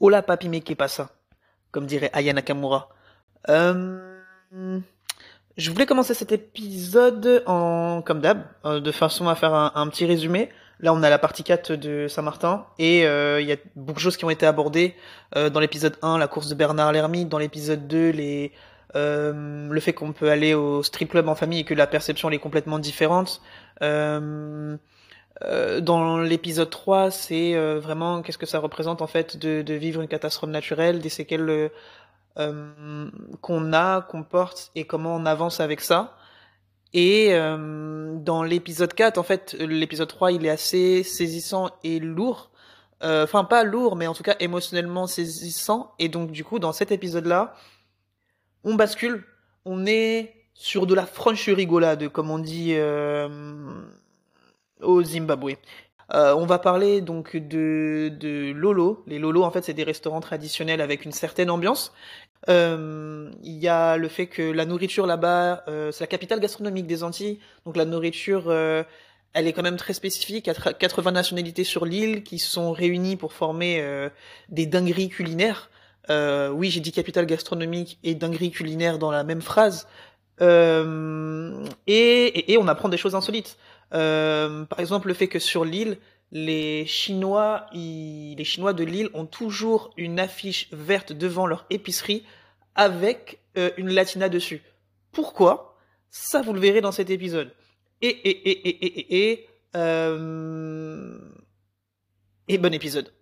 Ola papi me que passa, comme dirait Aya Nakamura. Euh, je voulais commencer cet épisode en, comme d'hab, euh, de façon à faire un, un petit résumé. Là, on a la partie 4 de Saint-Martin et euh, il y a beaucoup de choses qui ont été abordées euh, dans l'épisode 1, la course de Bernard l'ermite, dans l'épisode 2, les euh, le fait qu'on peut aller au strip club en famille et que la perception elle est complètement différente. Euh, euh, dans l'épisode 3, c'est euh, vraiment qu'est-ce que ça représente en fait de, de vivre une catastrophe naturelle, des séquelles euh, euh, qu'on a, qu'on porte et comment on avance avec ça. Et euh, dans l'épisode 4, en fait, l'épisode 3, il est assez saisissant et lourd. Euh, Enfin, pas lourd, mais en tout cas émotionnellement saisissant. Et donc, du coup, dans cet épisode-là, on bascule. On est sur de la franche rigolade, comme on dit euh, au Zimbabwe. Euh, on va parler donc de, de Lolo. Les Lolo, en fait, c'est des restaurants traditionnels avec une certaine ambiance. Euh, Il y a le fait que la nourriture là-bas, euh, c'est la capitale gastronomique des Antilles, donc la nourriture, euh, elle est quand même très spécifique. Quatre- 80 nationalités sur l'île qui sont réunies pour former euh, des dingueries culinaires. Euh, oui, j'ai dit capitale gastronomique et dinguerie culinaire dans la même phrase. Euh, et, et- et on apprend des choses insolites. Euh, par exemple, le fait que sur l'île, les Chinois, ils- les Chinois de l'île ont toujours une affiche verte devant leur épicerie avec euh, une latina dessus. Pourquoi Ça, vous le verrez dans cet épisode. Et et et et et et, et, euh, et bon épisode.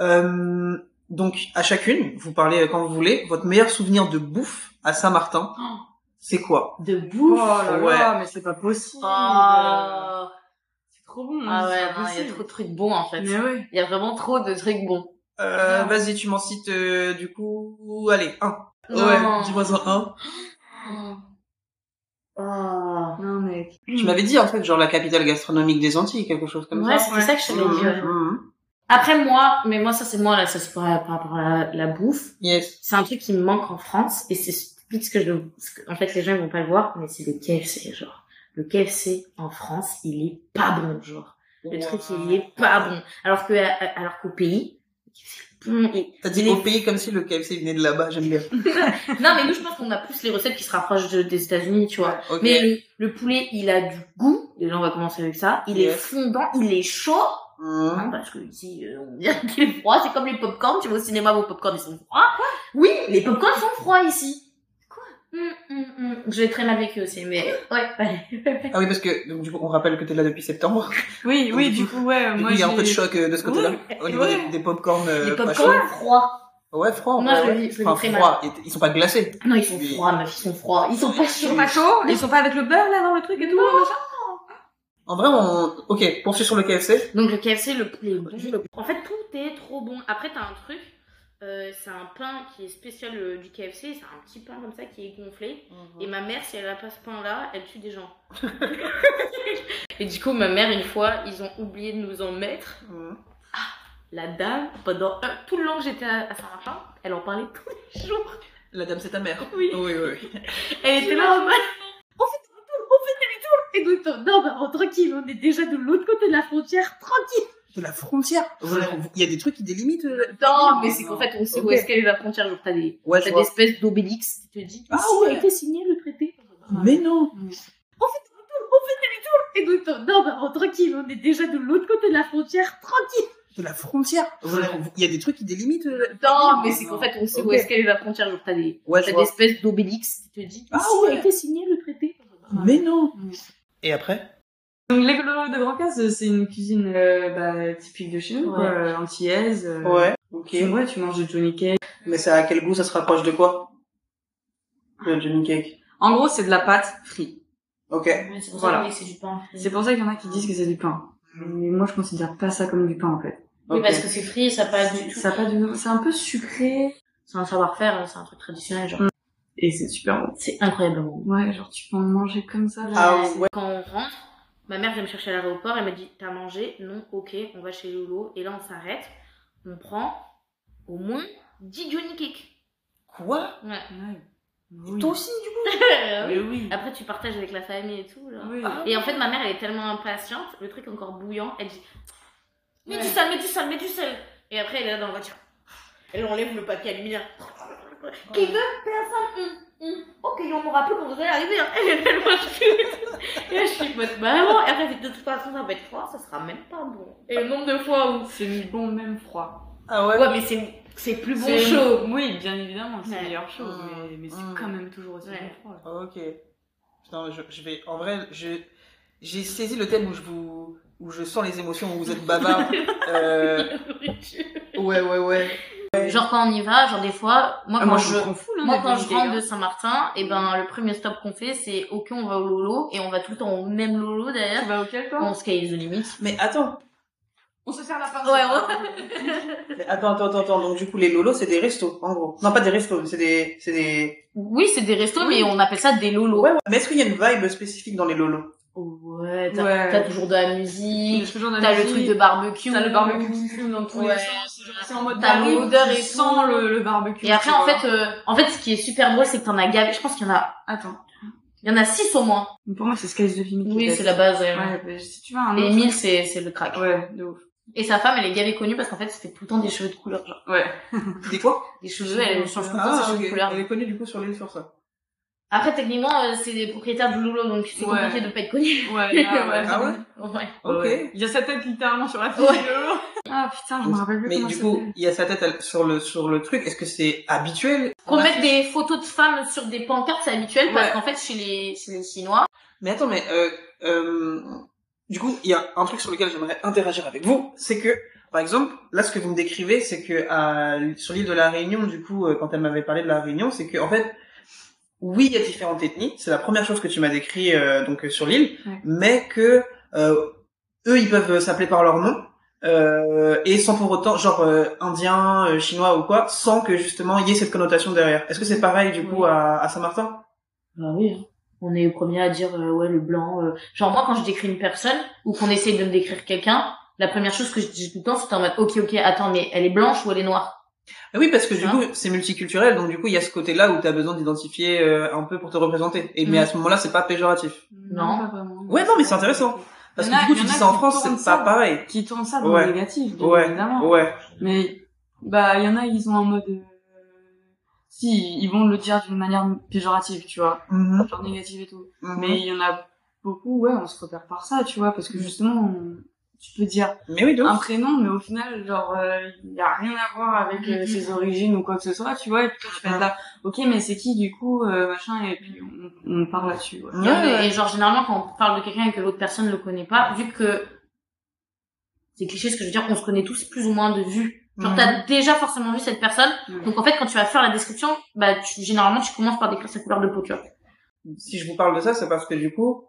Euh, donc à chacune, vous parlez euh, quand vous voulez. Votre meilleur souvenir de bouffe à Saint-Martin, c'est quoi De Oh bouffe. là là, mais c'est pas possible. Ah. c'est trop bon. Ah Oh, ouais, Mm, c'est pas non, il y a possible. trop de trucs bons en fait. Mais ouais. Il y a vraiment trop de trucs bons. euh, Vas-y, tu m'en cites euh, du coup. Allez, un. Ouais, Non. dis-moi en un. Ah. Non mec. Tu m'avais dit en fait genre la capitale gastronomique des Antilles, quelque chose comme Ouais, ça. c'était ça que je t'avais dit. ouais. Mhm, mhm. Après moi, mais moi ça c'est moi là, ça c'est par, par rapport à la, la bouffe. Yes. C'est un truc qui me manque en France et c'est stupide ce que je. ce que- en fait les gens ils vont pas le voir, mais c'est le KFC genre. Le KFC en France, il est pas bon genre. Le truc il est pas bon. Alors que à- alors qu'au pays, le KFC est bon et T'as dit il est au pays comme si le KFC venait de là-bas, j'aime bien. Non, mais nous, je pense qu'on a plus les recettes qui se rapprochent de- des États-Unis, tu vois. Ok. Mais le, le poulet, il a du goût. Déjà, on va commencer avec ça. Il est Yes. fondant, il est chaud. Mhm. Hein, parce que ici, euh, on dirait qu'il est froid. C'est comme les popcorns. Tu vas au cinéma, vos popcorns, ils sont froids. oui, les popcorns sont froids ici. Quoi Je l'ai très mal vécu aussi, mais ouais. ouais. Ah oui, parce que donc, du coup, on rappelle que t'es là depuis septembre. Oui, Donc, oui, du du coup, ouais, Ah, Du moi coup, il y a un j'ai- peu de choc euh, de ce côté-là. Ouais, Au niveau ouais. des, des popcorn euh, les pas popcorns froids. chauds. Ouais, froid. Moi, ouais, je le ouais. vis- je le Enfin, vis très froid. Et t- ils sont pas glacés. Non, ils sont Oui. froids, meuf, ils sont froids. Ils sont pas Ils chauds. sont pas chauds, ils sont pas avec le beurre là dans le truc et tout. machin. En vrai, on... Ok, poursuivre sur le KFC. Donc le KFC, le poulet est bon. En fait, tout est trop bon. Après, t'as un truc, euh, c'est un pain qui est spécial euh, du KFC, c'est un petit pain comme ça qui est gonflé. Mhm. Et ma mère, si elle a pas ce pain-là, elle tue des gens. et du coup, ma mère, une fois, ils ont oublié de nous en mettre. Mhm. La dame, pendant un- tout le long que j'étais à à Saint-Martin, elle en parlait tous les jours. La dame, c'est ta mère. Oui. Oui, oui, oui. Elle était là en mode. On fait demi-tour, on fait demi-tour. Et nous, on- non, bah, tranquille, on est déjà de l'autre côté de la frontière, tranquille. De la frontière. Vous- vous- Il y a des trucs qui délimitent. euh, la- Non, mais c'est qu'en fait, on sait Ok. où est-ce qu'elle est la frontière. Genre, t'as des, Ouais, t'as je des vois. espèces d'obélix qui te dit Ah Ici ouais. a été signé le traité. Mais non. On fait demi-tour, on fait demi-tour. Et nous, on- non, bah, on- tranquille, on est déjà de l'autre côté de la frontière, tranquille. De la frontière. Vous- vous- Il y a des trucs qui délimitent. euh, la- Non, mais c'est qu'en fait, on sait où Ok. est-ce qu'elle est la frontière. Genre, t'as des, Ouais, t'as des espèces d'obélix qui te dit Ah Ici ouais. a été signé le traité. non. Mm. Et après Donc l'écolo de Grand Casse, c'est une cuisine euh, bah, typique de chez nous, Ouais. quoi, euh, antillaise. euh, Ok. Tu, ouais, tu manges du Johnny Cake. Mais ça a quel goût Ça se rapproche de quoi Le Johnny Cake. En gros, c'est de la pâte frite. Ok. c'est pour ça Voilà. qu'on que c'est du pain. C'est pour ça qu'il y en a qui disent que c'est du pain. Mais moi, je considère pas ça comme du pain, en fait. Ok. c'est frit, ça Ça a pas du... C'est un peu sucré. C'est un savoir-faire, c'est un truc traditionnel, Mm. genre. Et c'est super bon. C'est incroyablement Ouais, genre, tu peux en manger comme ça. là. Ah C'est- ouais. Quand on rentre, ma mère vient me chercher à l'aéroport, elle me dit T'as mangé Non, ok, on va chez Lolo. Et là, on s'arrête, on prend au moins 10 Johnny Cake. Quoi Ouais. Ouais. Oui. Toi aussi, du coup hein. Mais oui. Après, tu partages avec la famille et tout. Genre. Oui. Et en fait, ma mère, elle est tellement impatiente, le truc encore bouillant, elle dit Mets Ouais. du sel, mets du sel, mets du sel. Et après, elle est là dans la voiture. Elle enlève le papier aluminium. Qui veut Personne. Hum, hum. Ok, on m'aura plus quand vous allez arriver. hein. Elle elle mange tout. Et là, je suis en mode maman. Et après, elle fait, de toute façon, ça va être froid, ça sera même pas bon. Et le nombre de fois où. C'est ni bon même froid. Ah ouais. Ouais, mais c'est- c'est plus bon C'est- chaud. Oui, bien évidemment, c'est Ouais. meilleur chaud, Mmh. mais, mais c'est Mmh. quand même toujours aussi Ouais. bon froid. Ok. Putain, je, je vais. En vrai, je j'ai saisi le thème où je vous où je sens les émotions où vous êtes bavard. Euh, ouais, ouais, ouais. Genre quand on y va, genre des fois, moi Ah, quand moi, je, je m'en fous, là, moi d'être quand je invité, rentre hein. de Saint-Martin, et ben le premier stop qu'on fait c'est ok on va au lolo et on va tout le temps au même lolo Tu d'ailleurs. vas auquel, toi On se caille the limit. Mais attends, On se sert la pince. mais attends, attends, attends, attends. Donc du coup, les lolos, c'est des restos, en gros. Non, pas des restos, mais c'est des, c'est des. Oui c'est des restos mais on appelle ça des lolos. Ouais, ouais. Mais est-ce qu'il y a une vibe spécifique dans les lolos Ouais. t'as Ouais. t'as toujours de la musique, toujours dans t'as la le truc musique, de barbecue. T'as le barbecue qui fume dans tous Ouais. les sens. genre, C'est en mode T'as barbecue, l'odeur et tu tout. sens le, le barbecue. Et après tu en vois. fait euh, en fait ce qui est super beau c'est que t'en as gavé. Je pense qu'il y en a Attends. il y en a six au moins. Pour moi, c'est Skies de Vimy. qui Oui fait c'est ça. la base. ouais. Ouais, mais si tu vas à un Et autre. mille c'est c'est le crack. Ouais, de ouf. Et sa femme elle est gavé connue parce qu'en fait c'était tout le temps des cheveux de couleur. Genre Ouais. Des quoi des cheveux elle change tout le Ah, temps ses cheveux de Ah, ok. couleur. Elle est connue du coup sur l'île sur ça. Après, techniquement, euh, c'est des propriétaires du loulou, donc c'est Ouais. compliqué de pas être connu. Ouais, là, ouais. Ah ouais Ouais. Ok. Ouais. Il y a sa tête littéralement sur la fiche Ouais. de l'eau. Ah putain, je me rappelle plus Mais comment du ça coup, s'appelle. il y a sa tête elle, sur le sur le truc. Est-ce que c'est habituel Qu'on mette des photos de femmes sur des pancartes, c'est habituel, parce bah, Ouais. qu'en fait, chez les, chez les Chinois, Mais attends, mais euh, euh, du coup, il y a un truc sur lequel j'aimerais interagir avec vous, c'est que, par exemple, là, ce que vous me décrivez, c'est que à, sur l'île de la Réunion, du coup, euh, quand elle m'avait parlé de la Réunion, c'est que, en fait, oui, il y a différentes ethnies, c'est la première chose que tu m'as décrit euh, donc euh, sur l'île, Ouais. mais que euh, eux, ils peuvent s'appeler par leur nom. euh, et sans pour autant, genre euh, indien, euh, chinois ou quoi, sans que justement il y ait cette connotation derrière. Est-ce que c'est pareil du coup Oui. à, à Saint-Martin bah oui, hein. on est les premiers à dire, euh, ouais, le blanc, euh. genre moi, quand je décris une personne, ou qu'on essaye de me décrire quelqu'un, la première chose que je dis tout le temps, c'est en mode, ok, ok, attends, mais elle est blanche ou elle est noire? Ah Oui, parce que du Hein coup, c'est multiculturel, donc du coup, il y a ce côté-là où tu as besoin d'identifier euh, un peu pour te représenter. Et mais Mm. à ce moment-là, c'est pas péjoratif. Non. pas vraiment. Ouais, non, mais c'est intéressant. Parce Il y en que a- du coup, il y tu en dis a ça en qui France, tournent c'est ça. Ah. pas pareil. Qui tourne ça dans Ouais. le négatif, bien Ouais, évidemment. ouais. Mais bah il y en a, ils ont un mode. euh, Si, ils vont le dire d'une manière péjorative, tu vois, Mhm, genre négative et tout. mhm. Mais il y en a beaucoup, ouais, on se repère par ça, tu vois, parce que justement, on- tu peux dire Mais oui, donc. un prénom, mais au final, genre, euh, il y a rien à voir avec euh, ses origines ou quoi que ce soit, tu vois, et puis toi, tu fais là, ok, mais c'est qui, du coup, euh, machin, et puis on, on parle là-dessus, ouais. Et, on est- et genre, généralement, quand on parle de quelqu'un et que l'autre personne ne le connaît pas, vu que, c'est cliché ce que je veux dire, on se connaît tous plus ou moins de vue. Genre, Mhm. t'as déjà forcément vu cette personne, Ouais. Donc en fait, quand tu vas faire la description, bah tu, généralement tu commences par décrire sa couleur de peau, tu vois. Si je vous parle de ça, c'est parce que du coup,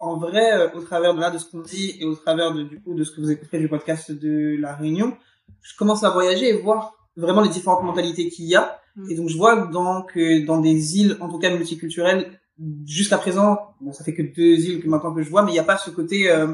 en vrai, euh, au travers de là, de ce qu'on dit et au travers de, du coup, de ce que vous écoutez du podcast de La Réunion, je commence à voyager et voir vraiment les différentes mentalités qu'il y a. Mm. Et donc, je vois dans, que dans des îles, en tout cas multiculturelles, jusqu'à présent, bon, ça fait que deux îles que maintenant que je vois, mais il n'y a pas ce côté euh,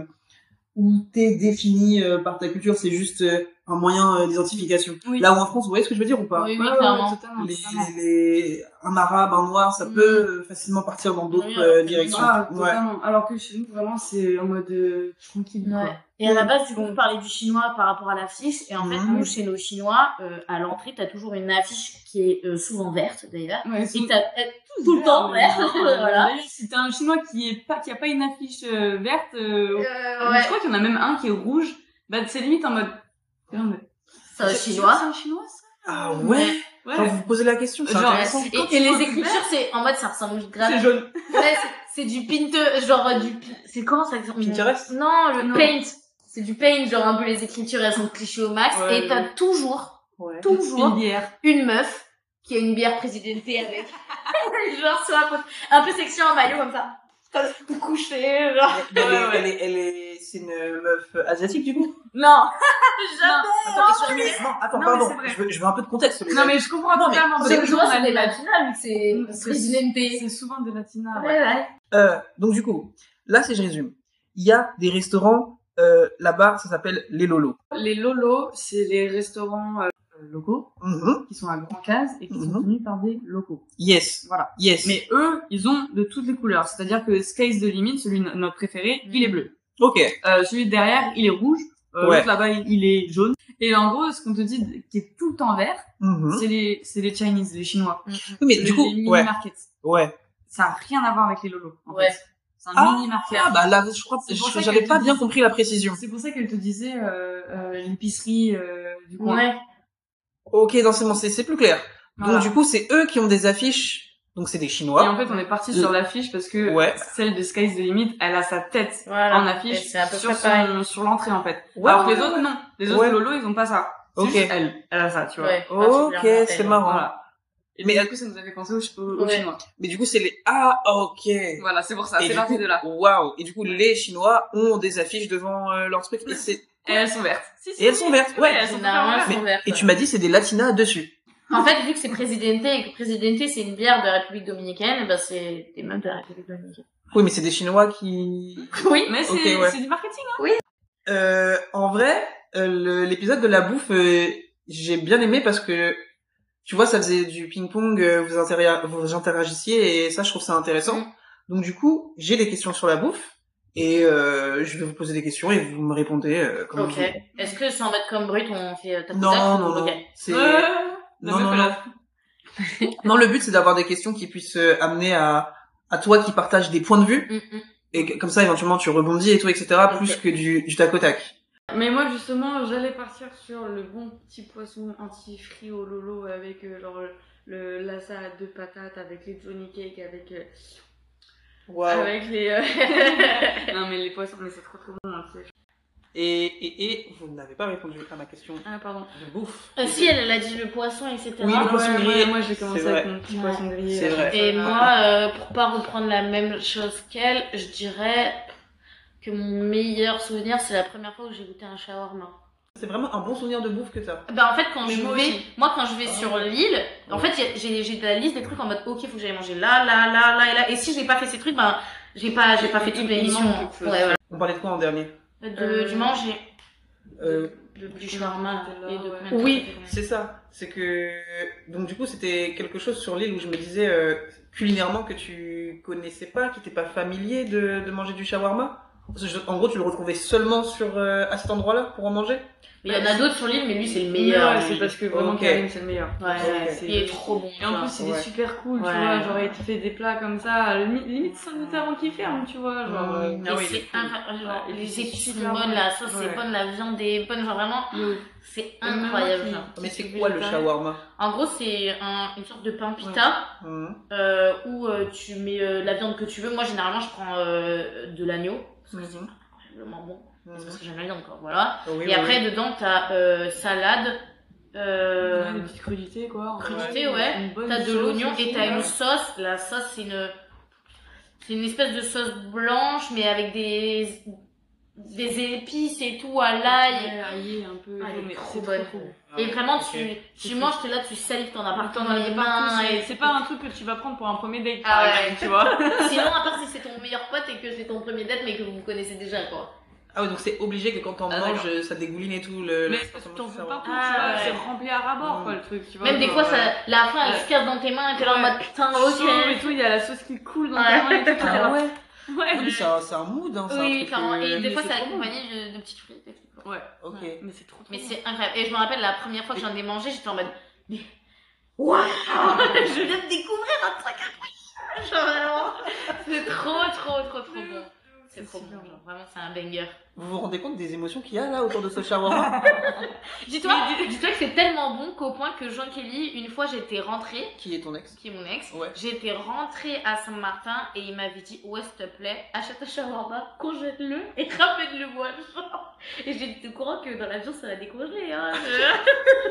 où t'es défini euh, par ta culture, c'est juste euh, un moyen euh, d'identification. Oui. Là où en France, vous voyez ce que je veux dire ou pas Oui, Ouais, ouais, clairement. ouais, totalement, les, totalement. les- un arabe, un noir, ça Mm. peut euh, facilement partir dans d'autres Oui, euh, oui. directions. Ah, ouais. totalement. Alors que chez nous, vraiment, c'est en mode euh, tranquille, quoi. Ouais. Et à la base, du coup, on parlait du chinois par rapport à l'affiche. Et en fait, Mhm. nous, chez nos chinois, euh, à l'entrée, t'as toujours une affiche qui est euh, souvent verte, d'ailleurs. Ouais, c'est- Et t'as euh, tout le temps verte, voilà. D'ailleurs, si t'as un chinois qui est pas, qui a pas une affiche euh, verte, Euh, euh, je ouais. crois qu'il y en a même un qui est rouge, bah c'est limite en mode. C'est un C'est un chinois. C'est un chinois, ça Ah ouais Ouais. Genre, vous vous posez la question, c'est Genre, intéressant. c'est- Et, Quand et tu vois les du écritures, c'est en mode ça ressemble grave. C'est jaune. Ouais, c'est- c'est du pinte, genre euh, du. pi- C'est comment ça euh, s'appelle Pinterest Non, le Non. paint. C'est du paint, genre un peu les écritures, elles sont clichés au max. Ouais, et t'as ouais. toujours, Ouais. toujours Une bière. une meuf qui a une bière présidentée avec. genre sur la photo. Un peu sexy en maillot comme ça. Comme Tout couché, genre. Elle, elle Ouais, ouais. est, elle est, elle est, c'est une meuf euh, asiatique du coup Non. Jamais. Attends, excusez non, attends, Non, mais pardon, c'est vrai. je veux, je veux un peu de contexte. les Non gars. mais je comprends Non, mais- totalement. c'est- parce que C'est nous, on toujours a c'est des les- latinas, c'est c'est- présidentée. C'est souvent des latinas. Ouais. Ouais, ouais. Euh, donc du coup, là, si je résume, il y a des restaurants, euh, là-bas, ça s'appelle les Lolos. Les lolos, c'est les restaurants euh, locaux, Mhm. qui sont à Grand Case et qui sont Mhm. tenus par des locaux. Yes. Voilà. Yes. Mais eux, ils ont de toutes les couleurs. C'est-à-dire que Sky's the Limit, celui notre préféré, Mhm. il est bleu. ok. Euh, celui de derrière, il est rouge. Euh, Ouais. l'autre là-bas, il il est jaune. Et en gros, ce qu'on te dit qui est tout le temps vert, Mhm. c'est les, c'est les Chinese, les Chinois. Oui, Mais Le- du coup, les mini ouais, markets. ouais. Ça a rien à voir avec les lolos. En Ouais. fait. C'est un Ah. mini market. Ah bah là, je crois, C'est pour je- ça j'avais que pas tu bien dis- compris la précision. C'est pour ça qu'elle te disait euh, euh, l'épicerie euh, du coin. Ouais. Ok, dans c'est bon, c'est c'est plus clair. Voilà. Donc du coup, c'est eux qui ont des affiches. Donc c'est des Et Chinois. en fait, on est parti Euh, sur l'affiche parce que ouais. celle de Sky's the Limit, elle a sa tête Voilà. en affiche Et C'est à peu sur, près pareil. son- sur l'entrée en fait. Ouais, Alors que ouais, les ouais. autres, non. Les autres Ouais. Lolo, ils ont pas ça. C'est Ok. juste elle. Elle a ça, tu vois. Ah, Ouais. Ok, particulièrement c'est elle. marrant. Voilà. Et Mais- mais du coup, ça nous avait pensé aux, aux- aux Ouais. Chinois. Mais du coup, c'est les ah ok. Voilà, c'est pour ça. Et C'est du parti coup, de là. Waouh. Et du coup, les Chinois ont des affiches devant euh, leur truc. Et, c'est- Et elles sont vertes. Si, si, et elles si. sont vertes. Ouais, Ouais. elles sont Généralement, vertes. elles sont vertes. Et tu m'as dit, c'est des Latinas dessus. En fait, vu que c'est Presidente et que Presidente c'est une bière de la République dominicaine, eh ben c'est des meufs de la République dominicaine. Oui, mais c'est des Chinois qui. Oui. Mais c'est Ok, ouais. c'est du marketing. Euh, en vrai, euh, le- l'épisode de la bouffe, euh, j'ai bien aimé parce que tu vois, ça faisait du ping-pong, euh, vous, intera- vous interagissiez et ça, je trouve ça intéressant. Mm. Donc du coup, j'ai des questions sur la bouffe et euh, je vais vous poser des questions et vous me répondez. euh, comme Ok. vous voulez. Est-ce que sans mettre comme brut, on fait euh, tac Non, tac non, non. Ok. C'est- Euh, la Non, meuf, non, elle a- Non, le but c'est d'avoir des questions qui puissent euh, amener à à toi qui partage des points de vue Mm, mm. et que- comme ça éventuellement tu rebondis et tout etc plus Ok. que du du tac au tac. Mais moi justement, j'allais partir sur le bon petit poisson anti-frit au lolo avec euh, genre le, la salade de patates, avec les Johnny Cake, avec euh, avec les. euh, non mais les poissons, mais c'est trop trop bon. hein, c'est- Et, et et vous n'avez pas répondu à ma question Ah pardon. Ah, de bouffe. Euh, si elle, elle a dit le poisson, etc. Oui, le poisson ouais, grillé. ouais, moi j'ai C'est commencé vrai. avec mon petit Ouais. poisson grillé. C'est là. vrai. Et moi, euh, pour pas reprendre la même chose qu'elle, je dirais que mon meilleur souvenir, c'est la première fois que j'ai goûté un shawarma. C'est vraiment un bon souvenir de bouffe que ça. Ben en fait quand Mais je moi vais, aussi. moi quand je vais Ah. sur l'île, en Ouais. fait j'ai- j'ai j'ai de la liste des trucs en mode ok faut que j'aille manger là là là là et là et si j'ai pas fait ces trucs ben j'ai pas j'ai pas fait toute Il l'émission. manque quelque chose. Ouais voilà. On parlait de quoi en dernier De, Euh, du manger, euh, Le du shawarma et de combien de Ouais. temps Oui, ça fait c'est ça. C'est que donc du coup c'était quelque chose sur l'île où je me disais euh, culinairement que tu connaissais pas, qui t'es pas familier de, de manger du shawarma. Parce que je- En gros, tu le retrouvais seulement sur euh, à cet endroit-là pour en manger. Mais il y en a d'autres sur l'île mais lui c'est le meilleur. Ouais, lui. c'est parce que vraiment Ok. Karim, c'est le meilleur. Ouais, Ok. c'est- il est trop bon. Et en plus, il Ouais. est super cool, Ouais. tu vois. Genre, il te fait des plats comme ça, limi- limite 5 minutes avant qu'il ferme, tu vois. Genre, euh, Mm. Ah oui, il est c'est cool. un, genre, Ouais, il les est épices sont super bonnes, bon. la sauce Ouais. est bonne, la viande est bonne, genre vraiment, yo. c'est Et même moi incroyable. qui- genre. Mais qui c'est suis quoi le végétarienne. shawarma En gros, c'est un- une sorte de pain pita, Mmh. euh, où euh, tu mets euh, la viande que tu veux. Moi, généralement, je prends euh, de l'agneau, parce que c'est Mhm. incroyablement bon. Mmh. C'est parce que j'aime la viande, quoi. Voilà. Ah Oui, Et oui, après, oui. dedans, t'as euh, salade, Ouais, euh, des petites crudités, quoi. crudités, ouais. Une bonne t'as de Mhm. sauce l'oignon aussi, et t'as ouais. une sauce. La sauce, c'est une, c'est une espèce de sauce blanche, mais avec des, des épices et tout à l'ail. Ouais, aillé un peu. Ah, elle est mais trop c'est bonne. trop bon. Et vraiment, Ah Ok. tu, C'est tu manges, t'es là, tu salives, t'en as partout T'en dans as les partout, mains. c'est- et- C'est pas hein. un truc que tu vas prendre pour un premier date, Ah par ouais. exemple, tu vois. Sinon, à part si c'est ton meilleur pote et que c'est ton premier date, mais que vous vous connaissez déjà, quoi. Ah oui, donc c'est obligé que quand on Ah, mange, ça dégouline et tout. Le, Mais la façon t'en de veux faire. pas pour, tu Ah, vois. ouais. C'est rempli à ras-bord, quoi, Ouais. le truc, tu vois. Même des genre, fois, euh, ça, la fin, elle ouais. se casse dans tes mains et t'es là en Ouais. mode putain, chaud et ok. tout, il y a la sauce qui coule dans Ouais. ta main et tout, t'es là, Ah ouais. Ouais. Oui, c'est un, c'est un mood. Hein, c'est un Oui, truc, clairement. euh, Et des mais fois, c'est ça trop bon. accompagne de, de petites frites et tout. Ouais. Ok. Ouais. Mais c'est trop trop Mais bon. c'est incroyable. Et je me rappelle la première fois que j'en ai mangé, j'étais en mode mais waouh, je viens de découvrir un truc incroyable. Genre vraiment, c'est trop, trop, trop, trop bon. C'est trop bon, super genre vraiment, c'est un banger. Vous vous rendez compte des émotions qu'il y a là autour de ce shawarma Dis-toi, dis-toi que c'est tellement bon qu'au point que Jean Kelly, une fois, j'étais rentrée, Qui est ton ex qui est mon ex, Ouais. J'étais rentrée à Saint-Martin et il m'avait dit Ouais, s'il te plaît, achète un shawarma, congèle-le et ramène-le moi. genre. Et j'ai dit au courant que dans l'avion ça va décongeler. Hein,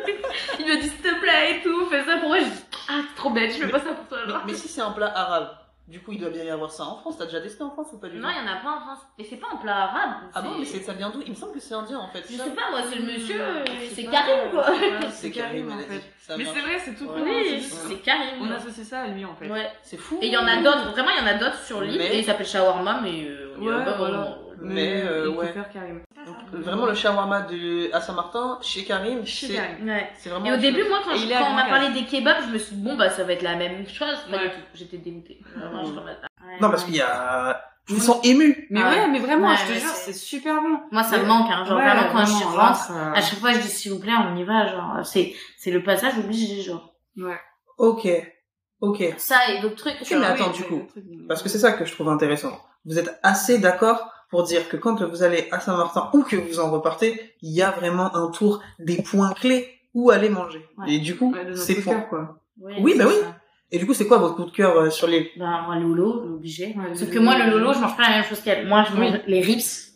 je- il m'a dit S'il te plaît et tout, fais ça pour moi. J'ai dit Ah, c'est trop bête, je fais pas ça pour toi. Mais, Genre. mais si c'est un plat arabe, du coup il doit bien y avoir ça en France. T'as déjà testé en France ou pas du tout Non, il y en a pas en France. Mais c'est pas un plat arabe. Ah bon, mais c'est- ça vient d'où Il me semble que c'est indien en fait. Je ça. sais pas, moi, c'est le monsieur, euh, Je sais c'est pas, Karim quoi. ouais, C'est Karim, en elle a fait. dit. Ça Mais vient. c'est vrai, c'est tout Ouais. con. hein, Oui, c'est juste- c'est Karim. On associe ça à lui en fait. Ouais. C'est fou. Et il y en a d'autres, vraiment, il y en a d'autres sur l'île Mais- et il s'appelle shawarma, mais euh, on y va Ouais, pas voilà. vraiment. Mais, euh, il ouais. préfère Karim. Donc, Vraiment le shawarma de, à Saint-Martin, chez Karim, Chez c'est Karim. Ouais. c'est vraiment. Et au autre début, chose. moi, quand, Et je- il est à quand on m'a Dunkerque. parlé des kebabs, je me suis dit, bon, bah, ça va être la même chose. Pas Ouais. du tout. J'étais dégoûtée. Vraiment, j'étais en mode, ah, ouais, Non, parce qu'il y a. Ils sont émus. Mais Ah ouais, mais vraiment, Ouais, je ouais, te jure, c'est- c'est super bon. Moi, ça Mais- me manque, hein. Genre, Ouais, vraiment, quand je vraiment, là, rentre, euh, ça- à chaque fois, je dis, s'il vous plaît, on y va, genre, c'est, c'est le passage obligé, genre. Ok. Ok. Ça et d'autres trucs, Tu genre. Mais Ah oui, attends, c'est du le coup, truc mignon. Parce que c'est ça que je trouve intéressant. Vous êtes assez d'accord pour dire que quand vous allez à Saint-Martin ou que vous en repartez, il y a vraiment un tour des points clés où aller manger. Ouais. Et du coup, Ouais, de notre c'est coup de points. cœur, quoi. Oui, bah c'est oui. ça. Et du coup, c'est quoi votre coup de cœur euh, sur les... Bah, moi, le lolo, c'est obligé. Ouais, le Sauf que lolo, moi, le le lolo, lolo. je mange pas la même chose qu'elle. Moi, je mange les rips.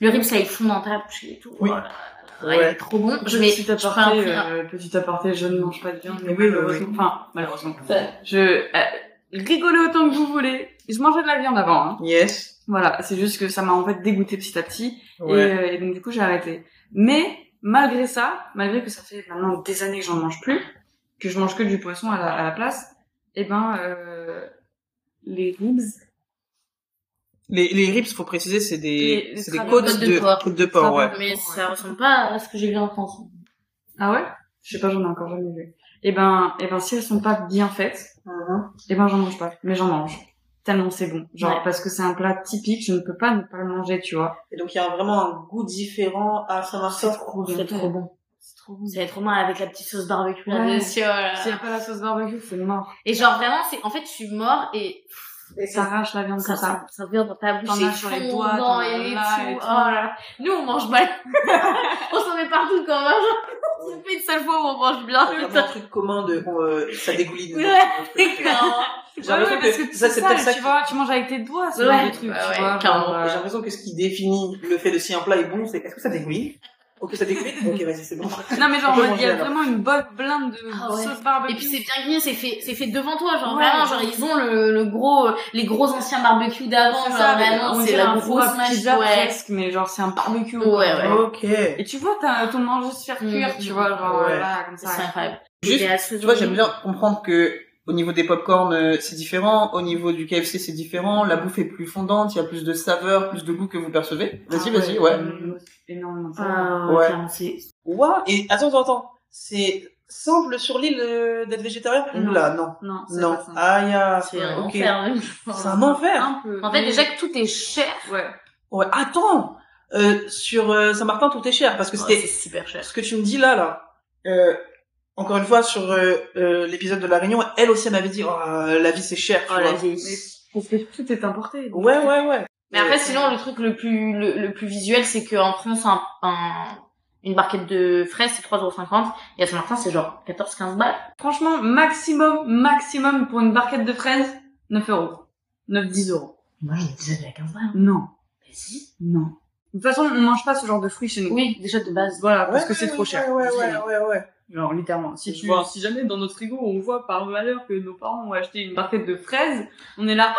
Le rips, ça, il fond dans ta bouche et tout. Oui. Oh là là, Ouais. il est trop bon. Je vais, je petit prends un aparté, prix, hein. euh, petit aparté, je ne mange pas de viande. Oui, oui, malheureusement- Enfin, malheureusement. Je euh, rigolais autant que vous voulez. Je mangeais de la viande avant. Hein. Yes. Voilà, c'est juste que ça m'a en fait dégoûté petit à petit. Et, Ouais. euh, et donc du coup j'ai arrêté. Mais malgré ça, malgré que ça fait maintenant des années que j'en mange plus, que je mange que du poisson à la, à la place, eh ben euh, les ribs, Les, les ribs, faut préciser, c'est des, Les- les c'est des travaux- côtes côtes de, de porc. côtes de porc, ouais. Travaux- Mais ça ressemble pas à ce que j'ai vu en France. ah ouais, je sais pas, j'en ai encore jamais vu. Eh ben, eh ben si elles sont pas bien faites, eh ben j'en mange pas. Mais j'en mange tellement c'est bon. Genre Ouais. parce que c'est un plat typique, je ne peux pas ne pas le manger, tu vois. Et donc, il y a vraiment un goût différent à Saint-Martin. C'est trop bon. C'est trop bon. C'est trop bon avec la petite sauce barbecue là Ouais. dessus. voilà. S'il n'y a pas la sauce barbecue, c'est mort. Et genre vraiment, c'est en fait, je suis mort et Et ça arrache la viande ça, comme ça. ça, ça vient dans ta bouche. T'en c'est as sur les doigts, fondant t'en as et là tout. et tout. Oh là là. Nous, on mange mal. on s'en met partout quand même. Genre, c'est pas une seule fois où on mange bien. Ah, C'est vraiment Ah, putain. un truc commun de, euh, ça dégouline. Ouais, D'accord. J'ai Ouais, l'impression ouais, parce que ça, c'est peut-être ça tu qui- vois, tu manges avec tes doigts, c'est Ouais, genre de truc, bah tu ouais, vois. carrément. Et genre, euh, Ah, J'ai l'impression que ce qui définit le fait de si un plat est bon, c'est est-ce que ça dégouline Ok, ça dégouline Ok, vas-y, c'est bon. Non, mais genre, On peut il y a manger, vraiment une bonne blinde de Ah ouais. sauce barbecue. Et puis c'est bien grillé, c'est fait, c'est fait devant toi, genre Ouais. vraiment, genre ils ont le, le gros, euh, les gros anciens barbecues d'avant, C'est genre ça, vraiment, on c'est dirait la un four à grosse machine. pizza Ouais. presque, mais genre, c'est un barbecue. Ouais, quoi. Ah ouais. Ok. Et tu vois, t'as ton manger se faire Mm, cuire, tu mm, vois, genre, ouais. là, comme C'est ça. incroyable. Juste, Et à ce Tu vois, j'aime jour- bien comprendre que au niveau des popcorn, euh, c'est différent. Au niveau du KFC, c'est différent. La bouffe est plus fondante. Il y a plus de saveur, plus de goût que vous percevez. Vas-y, vas-y, Ah ouais. Mm, Énormément. Ah, Ouais. clairement, c'est- Ouah, Et attends, attends, attends. C'est simple sur l'île euh, d'être végétarien Non. Oula, non. Non, c'est Non. pas ça. Ah, y a... c'est un ok. enfer, même. C'est un enfer. Un peu. En fait, mais- déjà que tout est cher, Ouais. Ouais, attends. Euh, sur euh, Saint-Martin, tout est cher parce que Ouais, c'était c'est super cher. ce que tu me dis là, là, euh, encore une fois, sur euh, euh, l'épisode de La Réunion, elle aussi, elle m'avait dit, oh, euh, la vie, c'est cher. tu Oh la vois. vieille. Parce que tout est importé. Ouais, ouais, ouais. Mais après, sinon, le truc le plus, le, le plus visuel, c'est qu'en France, un, un- une barquette de fraises, c'est 3,50€. Et à Saint-Martin, c'est genre 14-15 balles. Franchement, maximum, maximum pour une barquette de fraises, 9 euros. 9, 10 euros. Moi, j'ai déjà de la 15 balles. hein. Non. Mais Bah, si. Non. De toute façon, on mange pas ce genre de fruits chez nous. Oui, déjà de base. Voilà, Ouais, ouais, ouais, Ouais, ouais, ouais, ouais. Genre, littéralement. Si, Je tu, vois. si jamais dans notre frigo, on voit par malheur que nos parents ont acheté une barquette de fraises, on est là,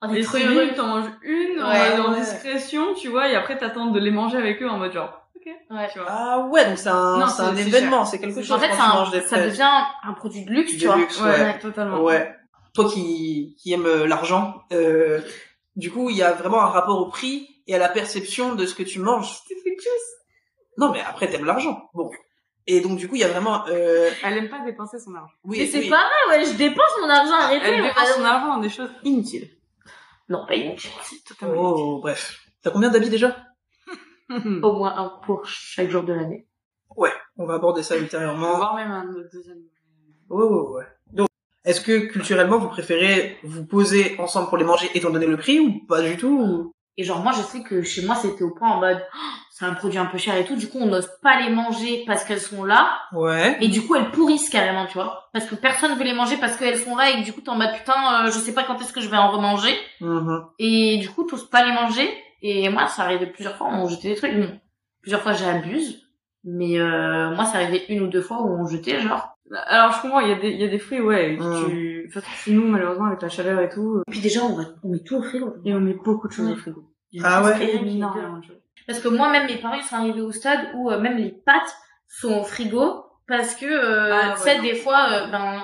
On est les trop fruits heureux. bruts, t'en manges une, en Ouais, mode en ouais. discrétion, tu vois, et après t'attends de les manger avec eux en mode genre, ok, Ouais. tu vois. Ah ouais, donc c'est un, Non, c'est un c'est- c'est événement, c'est quelque chose. En fait, quand c'est tu manges des un- ça fraises. devient un produit de luxe, Du tu vois. luxe, ouais. totalement. Ouais. Toi qui, qui aime l'argent, euh, du coup, il y a vraiment un rapport au prix et à la perception de ce que tu manges. C'est fait juice. Non, mais après, t'aimes l'argent. Bon. Et donc, du coup, il y a vraiment... Euh, Elle aime pas dépenser son argent. oui, Mais c'est oui. pas vrai, ouais, je dépense mon argent, arrêtez. Elle on va- dépense son argent dans des choses inutiles. Non, pas une. C'est totalement Oh, bref. T'as combien d'habits déjà inutile. Au moins un pour chaque jour de l'année. On va aborder ça ultérieurement. Oh, Voire même un deuxième. Ouais, ouais, ouais. Donc, est-ce que culturellement, vous préférez vous poser ensemble pour les manger étant donné le prix ou pas du tout ou- Et genre, moi, je sais que chez moi, c'était au point en mode, Ah, c'est un produit un peu cher et tout, du coup, on n'ose pas les manger parce qu'elles sont là, Ouais. et du coup, elles pourrissent carrément, tu vois. Parce que personne veut les manger parce qu'elles sont là, et que du coup, t'es en mode, putain, euh, je sais pas quand est-ce que je vais en remanger. Mhm. Et du coup, t'oses pas les manger, et moi, ça arrivait plusieurs fois, où on jetait des trucs. Bon, plusieurs fois, j'abuse, mais euh, moi, ça arrivait une ou deux fois où on jetait, genre. Alors je comprends, il y a des, il y a des fruits, ouais, que Mm. tu... Enfin, c'est nous, malheureusement, avec la chaleur et tout, euh, Et puis déjà, on, va, on met tout au frigo. et on met beaucoup de choses au Mm. frigo. Ah ouais. C'est énorme. Énormément de choses. Parce que moi, même mes parents, ils sont arrivés au stade où euh, même les pâtes sont au frigo parce que, euh, Ah, tu sais, ouais, des fois, euh, ben,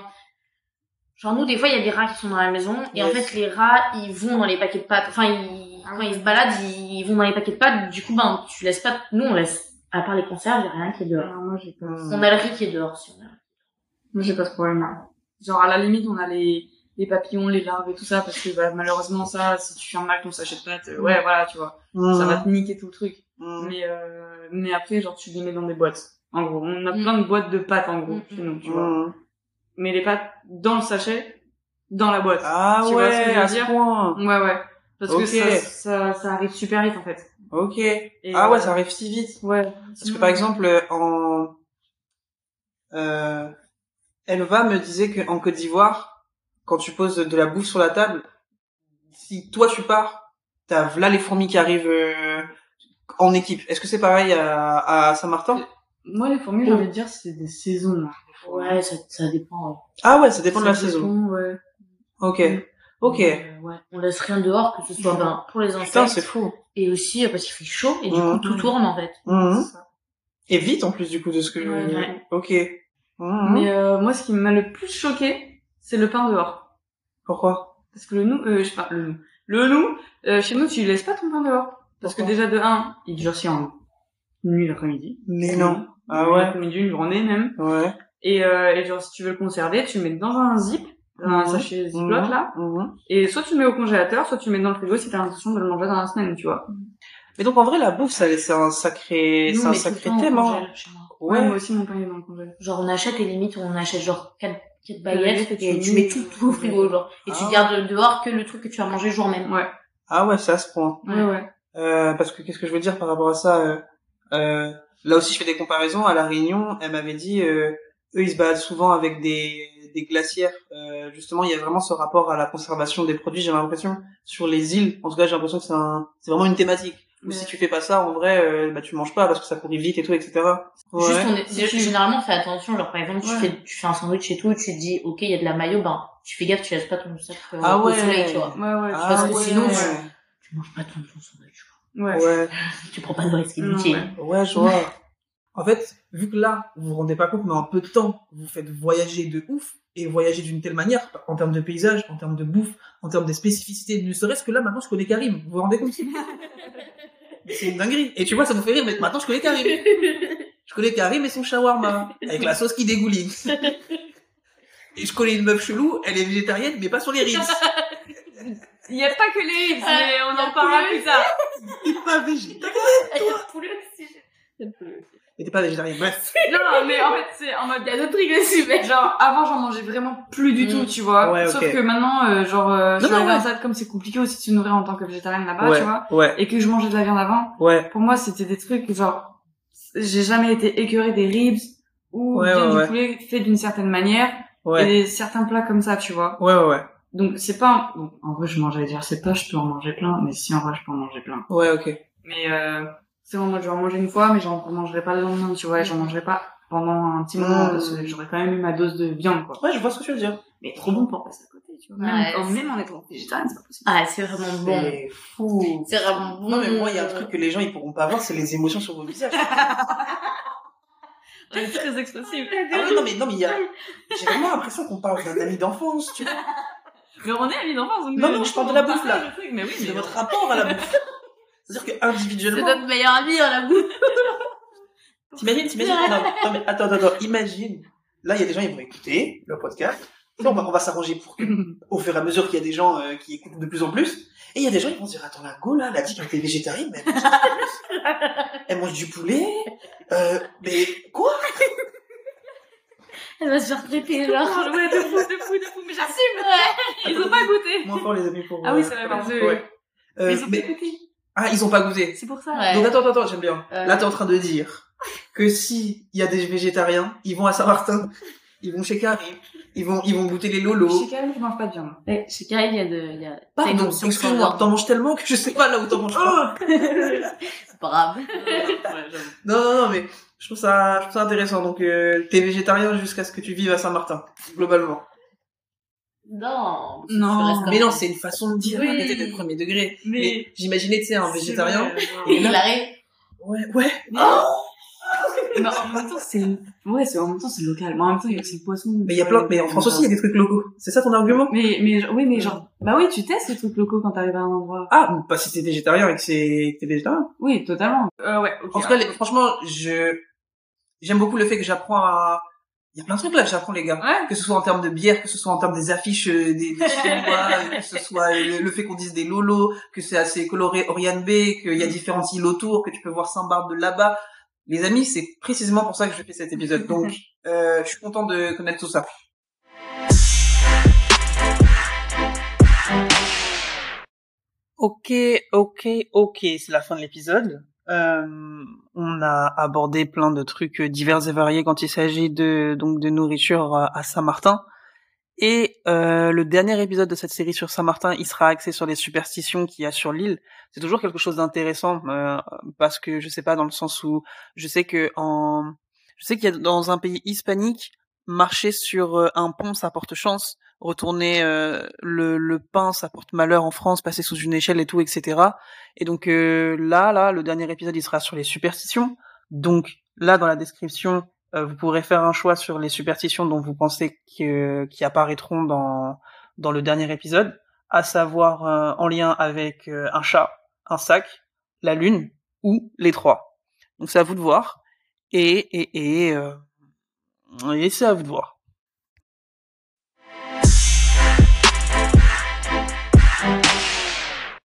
Genre nous, des fois, il y a des rats qui sont dans la maison et en fait, les rats, ils vont dans les paquets de pâtes. Enfin, ils- Ah quand ils se baladent, ils, ils vont dans les paquets de pâtes. Du coup, ben, tu laisses pas. Nous, on laisse. À part les conserves, y a rien qui est dehors. Alors, moi, j'ai Mm. pas... Hmm. On a le riz qui est dehors. si on a- Moi, j'ai pas ce problème-là. Genre, à la limite, on a les, les papillons, les larves et tout ça, parce que bah, malheureusement, ça, si tu fermes mal ton sachet de pâtes, euh, ouais, voilà, tu vois, Mm-hmm. ça va te niquer tout le truc. Mais, euh, mais après, genre, tu les mets dans des boîtes. En gros, on a Mm. plein de boîtes de pâtes, en gros, Mm, chez nous, tu vois. Mais les pâtes dans le sachet, dans la boîte. Ah Tu vois ce que je ouais, veux à ce dire point. Ouais, ouais. Parce Ok. que ça, ça, ça arrive super vite, en fait. Ok. Et, Ah ouais, ça euh, arrive si vite. Ouais. Mm. Parce que par exemple, euh, en euh, Elva me disait qu'en Côte d'Ivoire, quand tu poses de la bouffe sur la table, si toi tu pars, t'as là les fourmis qui arrivent euh, en équipe. Est-ce que c'est pareil à, à Saint-Martin Moi, les fourmis, Oh. j'ai envie de dire, c'est des saisons. hein. Ouais, ça, ça dépend. ouais. Ah ouais, ça dépend de la Ça saison. dépend, ouais. Ok, ok. Euh, ouais. On laisse rien dehors, que ce soit ben, pour les Putain, insectes c'est fou. et aussi euh, parce qu'il fait chaud et du Mhm. coup tout tourne en fait. Mhm. C'est ça. Et vite en plus du coup de ce que. Ouais, ouais. Ok. Mhm. Mais euh, moi, ce qui m'a le plus choqué, c'est le pain dehors. Pourquoi Parce que le nous, euh, je sais pas, le nous. Le nous, euh, chez nous, tu laisses pas ton pain dehors. Parce que Pourquoi déjà, de un, il durcit en une nuit l'après-midi. Mais non. Ah Une nuit ouais. L'après-midi, une journée même. Ouais. Et, euh, et genre, si tu veux le conserver, tu le mets dans un zip, dans un Mhm. sachet ziploc Mhm. là. Mhm. Et soit tu le mets au congélateur, soit tu le mets dans le frigo si t'as l'intention de le manger dans la semaine, tu vois. Mais donc en vrai la bouffe, ça c'est un sacré, Nous, c'est on un met tout le sacré temps au thème. hein. congèle chez moi. Ouais. moi aussi, mon pain est dans le congélateur. Genre on achète et limite on achète genre 4, quatre baguettes baguettes et tu et tu mets- mets tout, tout au frigo genre et Ah. tu gardes dehors que le truc que tu as mangé le jour même. Ouais. Ah ouais, c'est à ce point. Ouais, ouais. Euh, parce que qu'est-ce que je veux dire par rapport à ça euh, euh, Là aussi, je fais des comparaisons. À la Réunion, elle m'avait dit, euh, eux, ils se baladent souvent avec des, des glacières. Euh, justement, il y a vraiment ce rapport à la conservation des produits. J'ai l'impression sur les îles. En tout cas, j'ai l'impression que c'est un, c'est vraiment une thématique. Ou Ouais. si tu fais pas ça, en vrai, euh, bah tu manges pas parce que ça pourrit vite et tout, etc. Ouais. Juste on est, Si tu- généralement on fait attention genre par exemple tu Ouais. fais tu fais un sandwich et tout tu te dis ok il y a de la mayo ben tu fais gaffe tu laisses pas ton sac euh, Ah au ouais. soleil tu vois. Ouais, ouais. Ah parce que ouais. sinon, Tu manges pas ton, ton sandwich tu Ouais. ouais. vois. Tu prends pas de risque Non, inutile. ouais. Ouais, je vois. En fait, vu que là, vous vous rendez pas compte, mais en peu de temps, vous faites voyager de ouf et voyager d'une telle manière, en termes de paysage, en termes de bouffe, en termes des spécificités, ne serait-ce que là, maintenant, je connais Karim. Vous vous rendez compte C'est une dinguerie. Et tu vois, ça vous fait rire, mais maintenant, je connais Karim. Je connais Karim et son shawarma, avec la sauce qui dégouline. Et je connais une meuf chelou, elle est végétarienne, mais pas sur les Ritz. Il y a pas que les hips, Ah, mais on y a en parlera que les plus tard. pas végétarienne. Mais t'es pas végétarienne, bref. Non, mais en fait, c'est en mode, il y a d'autres trucs aussi, mais genre, avant, j'en mangeais vraiment plus du tout, Mm. tu vois. Ouais, Sauf ok. que maintenant, euh, genre, euh, je Non, suis non, allée ouais. en salle, comme c'est compliqué aussi de se nourrir en tant que végétarienne là-bas, tu vois. ouais, Et que je mangeais de la viande avant, ouais. pour moi, c'était des trucs, genre, j'ai jamais été écœurée des ribs ou Ouais, bien ouais, du ouais. poulet fait d'une certaine manière et Ouais, des- certains plats comme ça, tu vois. ouais, ouais, ouais. Donc, c'est pas, un- bon, en vrai, je mangeais dire, c'est pas, je peux en manger plein, mais si, en vrai, je peux en manger plein. Ouais, ok. Mais euh, c'est en mode, je vais en manger une fois, mais j'en mangerai pas le lendemain, tu vois, et j'en mangerai pas pendant un petit moment, Mm. parce que j'aurais quand même eu ma dose de viande, quoi. Ouais, je vois ce que tu veux dire. Mais trop bon pour passer à côté, tu vois. Même, Ouais, oh, c'est- même en étant végétarienne, c'est pas possible. Ah c'est vraiment bon. Ben, C'est fou. C'est vraiment bon. Non, mais moi, il y Mm. a un truc que les gens, ils pourront pas voir, c'est les émotions sur vos visages. C'est très expressif. Ah ouais, non, mais, non, mais il y a, j'ai vraiment l'impression qu'on parle d'un ami d'enfance, tu vois. Mais on est à l'enfance, donc... Non, euh, non, du je coup, parle de on la bouffe, partage là. le truc, Mais oui, C'est mais de votre rapport à la bouffe. C'est-à-dire que, C'est individuellement. notre meilleur ami à la bouffe. T'imagines, t'imagines, non, non, mais attends, attends, attends, imagine. Là, il y a des gens, ils vont écouter le podcast. Tu sais, On va, on va s'arranger pour que, au fur et à mesure qu'il y a des gens euh, qui écoutent de plus en plus. Et il y a des gens, ils vont se dire, attends, la go, là, elle a dit qu'elle était végétarienne, mais elle mange, elle mange du poulet. Euh, mais quoi? Elle va se faire triper genre. Ah, Ouais, de fou, de fou, de fou, mais j'assume, Ouais. ils ont pas goûté. Moins fort, les amis, pour. Ah oui, euh, c'est vrai, pour- parce que- ouais. Euh, Ils ont mais- pas goûté, Ah, ils ont pas goûté. c'est pour ça. Ouais. Donc attends, attends, attends, j'aime bien. Euh. Là, t'es en train de dire que si il y a des végétariens, ils vont à Saint-Martin, ils vont chez Karim, ils vont, ils vont goûter les Chez lolos. Karim, je mange pas de viande. Ouais, Chez Karine, il y a de. il Y a... Pardon, Oh c'est- c'est- excuse-moi, t'en manges tellement que je sais pas là où t'en manges. pas. C'est pas grave. non, non, non, mais je trouve ça, je trouve ça intéressant. Donc, euh, t'es végétarien jusqu'à ce que tu vives à Saint-Martin, globalement. Non. Non, je reste Ah, Mais comme- non, c'est une façon de dire, Oui. arrêtez de premier degré. Mais, j'imaginais, tu sais, un C'est végétarien. vrai, genre. Il arrête. Ouais, ouais. Mais- mais en même temps, c'est, Oh ouais, c'est, en même temps, c'est local. Mais en même temps, il y a aussi le poisson. Mais il y a plein, mais en France aussi, il y a des trucs locaux. C'est ça ton argument? Mais, mais, oui, mais genre, bah oui, tu testes les trucs locaux quand t'arrives à un endroit. Ah, bah si t'es végétarien et que c'est, que t'es végétarien. Oui, totalement. Euh, ouais, En tout cas, les- franchement, je, j'aime beaucoup le fait que j'apprends à, il y a plein de trucs là que j'apprends, les gars. Ouais. Que ce soit en termes de bière, que ce soit en termes des affiches euh, des, des chinois, euh, que ce soit euh, le, le fait qu'on dise des lolos, que c'est assez coloré Oriane B, qu'il y a différentes îles autour, que tu peux voir Saint-Barbe de là-bas. Les amis, c'est précisément pour ça que je fais cet épisode. Donc, euh, je suis content de connaître tout ça. Ok, ok, ok, c'est la fin de l'épisode. Euh, on a abordé plein de trucs euh, divers et variés quand il s'agit de donc de nourriture euh, à à Saint-Martin. Et euh, le dernier épisode de cette série sur Saint-Martin, il sera axé sur les superstitions qu'il y a sur l'île. C'est toujours quelque chose d'intéressant euh, parce que je sais pas dans le sens où je sais que en je sais qu'il y a dans un pays hispanique marcher sur euh, un pont ça porte chance, retourner euh, le, le pain ça porte malheur en France, passer sous une échelle et tout etc. Et donc euh, là, là, le dernier épisode, il sera sur les superstitions. Donc là, dans la description, euh, vous pourrez faire un choix sur les superstitions dont vous pensez que, qui apparaîtront dans, dans le dernier épisode, à savoir euh, en lien avec euh, un chat, un sac, la lune ou les trois. Donc c'est à vous de voir. Et, et, et, euh, et c'est à vous de voir.